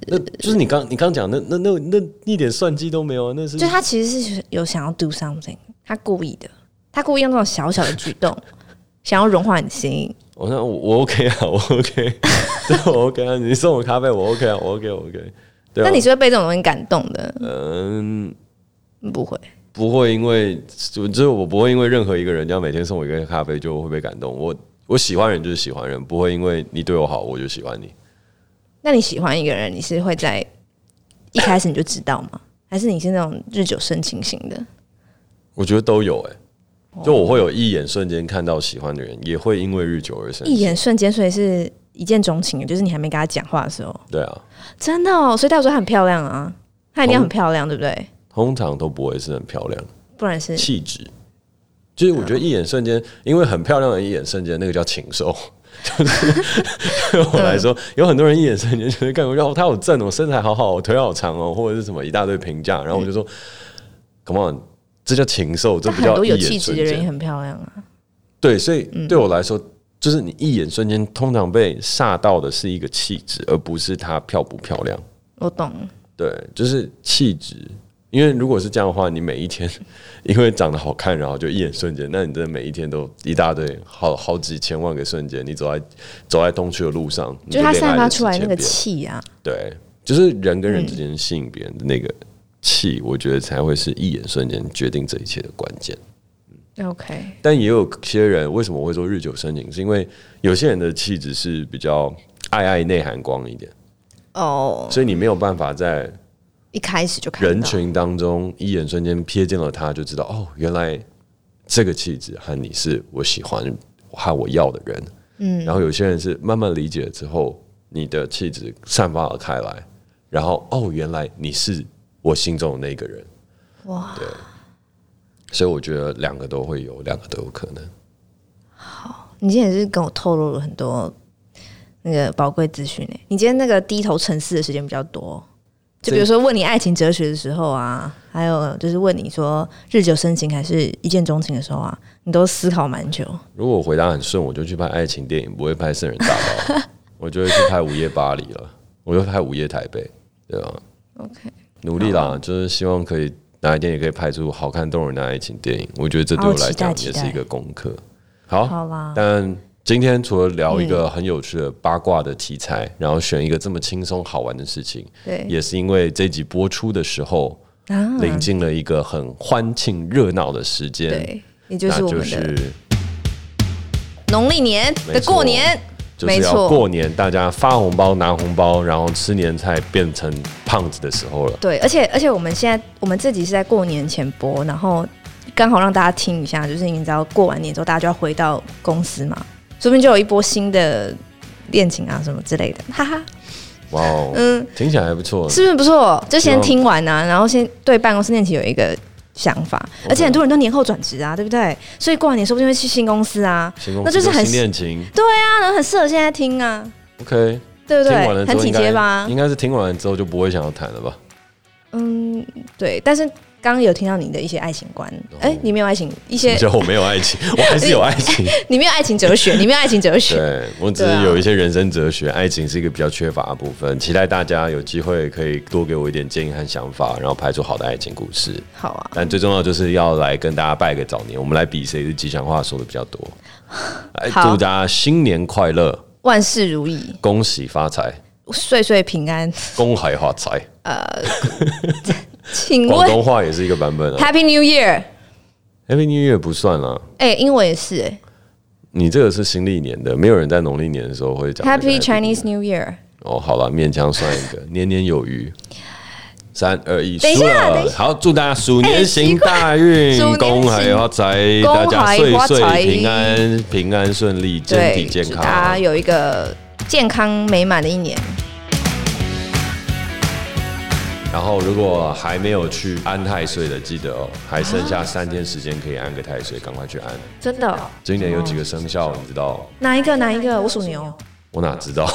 [SPEAKER 2] 那就是你刚你刚讲那那那那一点算计都没有啊，那是
[SPEAKER 3] 就他其实是有想要 do something，他故意的，他故意用这种小小的举动， 想要融化你的心意。
[SPEAKER 2] 我说我我 OK 啊，我 OK，对， 我 OK 啊，你送我咖啡，我 OK 啊，我 OK，我 OK。对、啊，
[SPEAKER 3] 那你是会被这种东西感动的？
[SPEAKER 2] 嗯，
[SPEAKER 3] 不会，
[SPEAKER 2] 不会因为就就是我不会因为任何一个人这样每天送我一个咖啡就会被感动。我我喜欢人就是喜欢人，不会因为你对我好我就喜欢你。
[SPEAKER 3] 那你喜欢一个人，你是会在一开始你就知道吗？还是你是那种日久生情型的？
[SPEAKER 2] 我觉得都有哎、
[SPEAKER 3] 哦
[SPEAKER 2] 就我会有一眼瞬间看到喜欢的人，也会因为日久而生。
[SPEAKER 3] 一眼瞬间，所以是一见钟情，就是你还没跟他讲话的时候，
[SPEAKER 2] 对啊，
[SPEAKER 3] 真的哦。所以代表说她很漂亮啊，她
[SPEAKER 2] 哦
[SPEAKER 3] 一定要很漂亮，对不对？
[SPEAKER 2] 通常都不会是很漂亮，
[SPEAKER 3] 不然是
[SPEAKER 2] 气质。就是我觉得一眼瞬间，因为很漂亮的一眼瞬间，那个叫禽兽。 就是对我来说，有很多人一眼瞬间就会感觉到他好正哦，身材好好，我腿好长哦，或者是什么一大堆评价，然后我就说、c o m e on，这叫禽兽，这
[SPEAKER 3] 但
[SPEAKER 2] 不
[SPEAKER 3] 很
[SPEAKER 2] 叫
[SPEAKER 3] 多
[SPEAKER 2] 一
[SPEAKER 3] 有
[SPEAKER 2] 眼
[SPEAKER 3] 气质
[SPEAKER 2] 瞬
[SPEAKER 3] 的人也
[SPEAKER 2] 间。
[SPEAKER 3] 很漂亮啊。
[SPEAKER 2] 对，所以
[SPEAKER 3] 嗯
[SPEAKER 2] 对我来说，就是你一眼瞬间，通常被吓到的是一个气质，而不是她漂不漂亮。
[SPEAKER 3] 我懂，
[SPEAKER 2] 对，就是气质。因为如果是这样的话，你每一天 因为长得好看，然后就一眼瞬间，那你真的每一天都一大堆好好几千万个瞬间，你走在走在东区的路上，你
[SPEAKER 3] 就是她
[SPEAKER 2] 恋爱
[SPEAKER 3] 散发
[SPEAKER 2] 了
[SPEAKER 3] 出来那个
[SPEAKER 2] 1000遍
[SPEAKER 3] 气嗯啊，
[SPEAKER 2] 对，就是人跟人之间吸引别人的那个气，我觉得才会是一眼瞬间决定这一切的关键。
[SPEAKER 3] OK，
[SPEAKER 2] 但也有些人为什么我会说日久生情，是因为有些人的气质是比较爱爱内涵光一点，
[SPEAKER 3] 哦、
[SPEAKER 2] 所以你没有办法在
[SPEAKER 3] 一开始就看到
[SPEAKER 2] 人群当中，一眼瞬间瞥见了他，就知道哦，原来这个气质和你是我喜欢和我要的人。嗯，然后有些人是慢慢理解之后，你的气质散发了开来，然后哦，原来你是我心中的那个人。
[SPEAKER 3] 哇，
[SPEAKER 2] 对，所以我觉得两个都会有，两个都有可能。
[SPEAKER 3] 你今天也是跟我透露了很多那个宝贵资讯欸诶。你今天那个低头沉思的时间比较多，就比如说问你爱情哲学的时候啊，还有就是问你说日久生情还是一见钟情的时候啊，你都思考蛮久。
[SPEAKER 2] 如果我回答很顺，我就去拍爱情电影，不会拍《圣人大盗》， 我就会去拍《午夜巴黎》了，我就拍《午夜台北》，对吧？
[SPEAKER 3] OK，啊
[SPEAKER 2] 努力啦，就是希望可以哪一天也可以拍出好看动人的爱情电影。我觉得这对我来讲
[SPEAKER 3] 好期待
[SPEAKER 2] 也
[SPEAKER 3] 期待
[SPEAKER 2] 是一个功课。好，
[SPEAKER 3] 好啦，
[SPEAKER 2] 但今天除了聊一个很有趣的八卦的题材，然后选一个这么轻松好玩的事情，
[SPEAKER 3] 对
[SPEAKER 2] 也是因为这集播出的时候
[SPEAKER 3] 啊，
[SPEAKER 2] 临近了一个很欢庆热闹的时间，
[SPEAKER 3] 对，也就
[SPEAKER 2] 那
[SPEAKER 3] 是我
[SPEAKER 2] 就
[SPEAKER 3] 们的
[SPEAKER 2] 是
[SPEAKER 3] 农历年
[SPEAKER 2] 没
[SPEAKER 3] 的
[SPEAKER 2] 错
[SPEAKER 3] 过年，
[SPEAKER 2] 就是
[SPEAKER 3] 没
[SPEAKER 2] 要
[SPEAKER 3] 错
[SPEAKER 2] 过年，大家发红包拿红包，然后吃年菜变成胖子的时候了。
[SPEAKER 3] 对，而且而且我们现在我们自己是在过年前播，然后刚好让大家听一下，就是你知道过完年之后大家就要回到公司嘛，说不定就有一波新的恋情啊什么之类的，哈哈，
[SPEAKER 2] 哇哦，
[SPEAKER 3] 嗯，
[SPEAKER 2] 听起来还不错。
[SPEAKER 3] 是不是不错？就
[SPEAKER 2] 希
[SPEAKER 3] 先
[SPEAKER 2] 望
[SPEAKER 3] 听完啊，然后先对办公室恋情有一个想法，而且很多人都年后转职啊，对不对？所以过完年说不定会去新公司啊，
[SPEAKER 2] 新公
[SPEAKER 3] 那
[SPEAKER 2] 司
[SPEAKER 3] 就是
[SPEAKER 2] 有
[SPEAKER 3] 很
[SPEAKER 2] 新恋情。
[SPEAKER 3] 当然很适合现在听啊，
[SPEAKER 2] OK，
[SPEAKER 3] 对不
[SPEAKER 2] 听完了
[SPEAKER 3] 对？
[SPEAKER 2] 之
[SPEAKER 3] 很
[SPEAKER 2] 后
[SPEAKER 3] 体
[SPEAKER 2] 应
[SPEAKER 3] 贴
[SPEAKER 2] 该
[SPEAKER 3] 吧？
[SPEAKER 2] 应该是听完了之后就不会想要谈了吧？
[SPEAKER 3] 嗯，对，但是。刚刚有听到你的一些爱情观，
[SPEAKER 2] 哦
[SPEAKER 3] 哎、你没有爱情一些
[SPEAKER 2] 就我没有爱情， 我还是有爱 情。
[SPEAKER 3] 你没有爱情哲学，你没有爱情 哲学。
[SPEAKER 2] 对我只是有一些人生哲学，爱情是一个比较缺乏的部分。期待大家有机会可以多给我一点建议和想法，然后拍出好的爱情故事。
[SPEAKER 3] 好啊，
[SPEAKER 2] 但最重要就是要来跟大家拜个早年，我们来比谁的吉祥话说的比 较多。哎，
[SPEAKER 3] 好
[SPEAKER 2] 祝大家新年快乐，
[SPEAKER 3] 万事如意，
[SPEAKER 2] 恭喜发财，
[SPEAKER 3] 岁岁平安。
[SPEAKER 2] 恭喜发财。
[SPEAKER 3] 请
[SPEAKER 2] 广
[SPEAKER 3] 问
[SPEAKER 2] 东话也是一个版本啊
[SPEAKER 3] Happy New Year？
[SPEAKER 2] ，Happy New Year 不算啦。
[SPEAKER 3] 哎、英文也是、哎
[SPEAKER 2] 你这个是新历年的，没有人在农历年的时候会讲那个
[SPEAKER 3] Happy Chinese New Year。
[SPEAKER 2] 哦，好了，勉强算一个，年年有余。三二一，
[SPEAKER 3] 等一
[SPEAKER 2] 输
[SPEAKER 3] 下等一
[SPEAKER 2] 了。好，祝大家鼠年行大运
[SPEAKER 3] 奇怪，
[SPEAKER 2] 恭
[SPEAKER 3] 鼠年
[SPEAKER 2] 喜
[SPEAKER 3] 行
[SPEAKER 2] 发财，
[SPEAKER 3] 恭
[SPEAKER 2] 大家岁
[SPEAKER 3] 喜发财
[SPEAKER 2] 岁平安，平安顺利，身体
[SPEAKER 3] 对，
[SPEAKER 2] 健
[SPEAKER 3] 祝
[SPEAKER 2] 康。
[SPEAKER 3] 大家有一个健康美满的一年。
[SPEAKER 2] 然后，如果还没有去安太岁的，记得哦，还剩下三天时间可以安个太岁，赶快去安。
[SPEAKER 3] 真的哦？
[SPEAKER 2] 今年有几个生肖，你知道？
[SPEAKER 3] 哪一个？哪一个？我哦属牛。
[SPEAKER 2] 我哪 知道？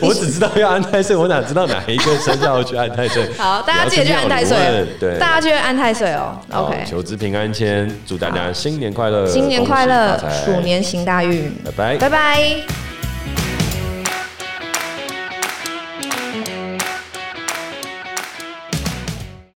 [SPEAKER 2] 我只知道要安太岁，我哪知道哪一个生肖要去安太岁？
[SPEAKER 3] 好，大家记得去安太岁
[SPEAKER 2] 不要去庙里问
[SPEAKER 3] 哦，
[SPEAKER 2] 对，
[SPEAKER 3] 大家记得安太岁哦。
[SPEAKER 2] 好
[SPEAKER 3] OK，
[SPEAKER 2] 求之平安签，祝大家新年快乐，
[SPEAKER 3] 新年快乐
[SPEAKER 2] 恭喜发，财
[SPEAKER 3] 鼠年行大运，
[SPEAKER 2] 拜拜
[SPEAKER 3] 拜。拜。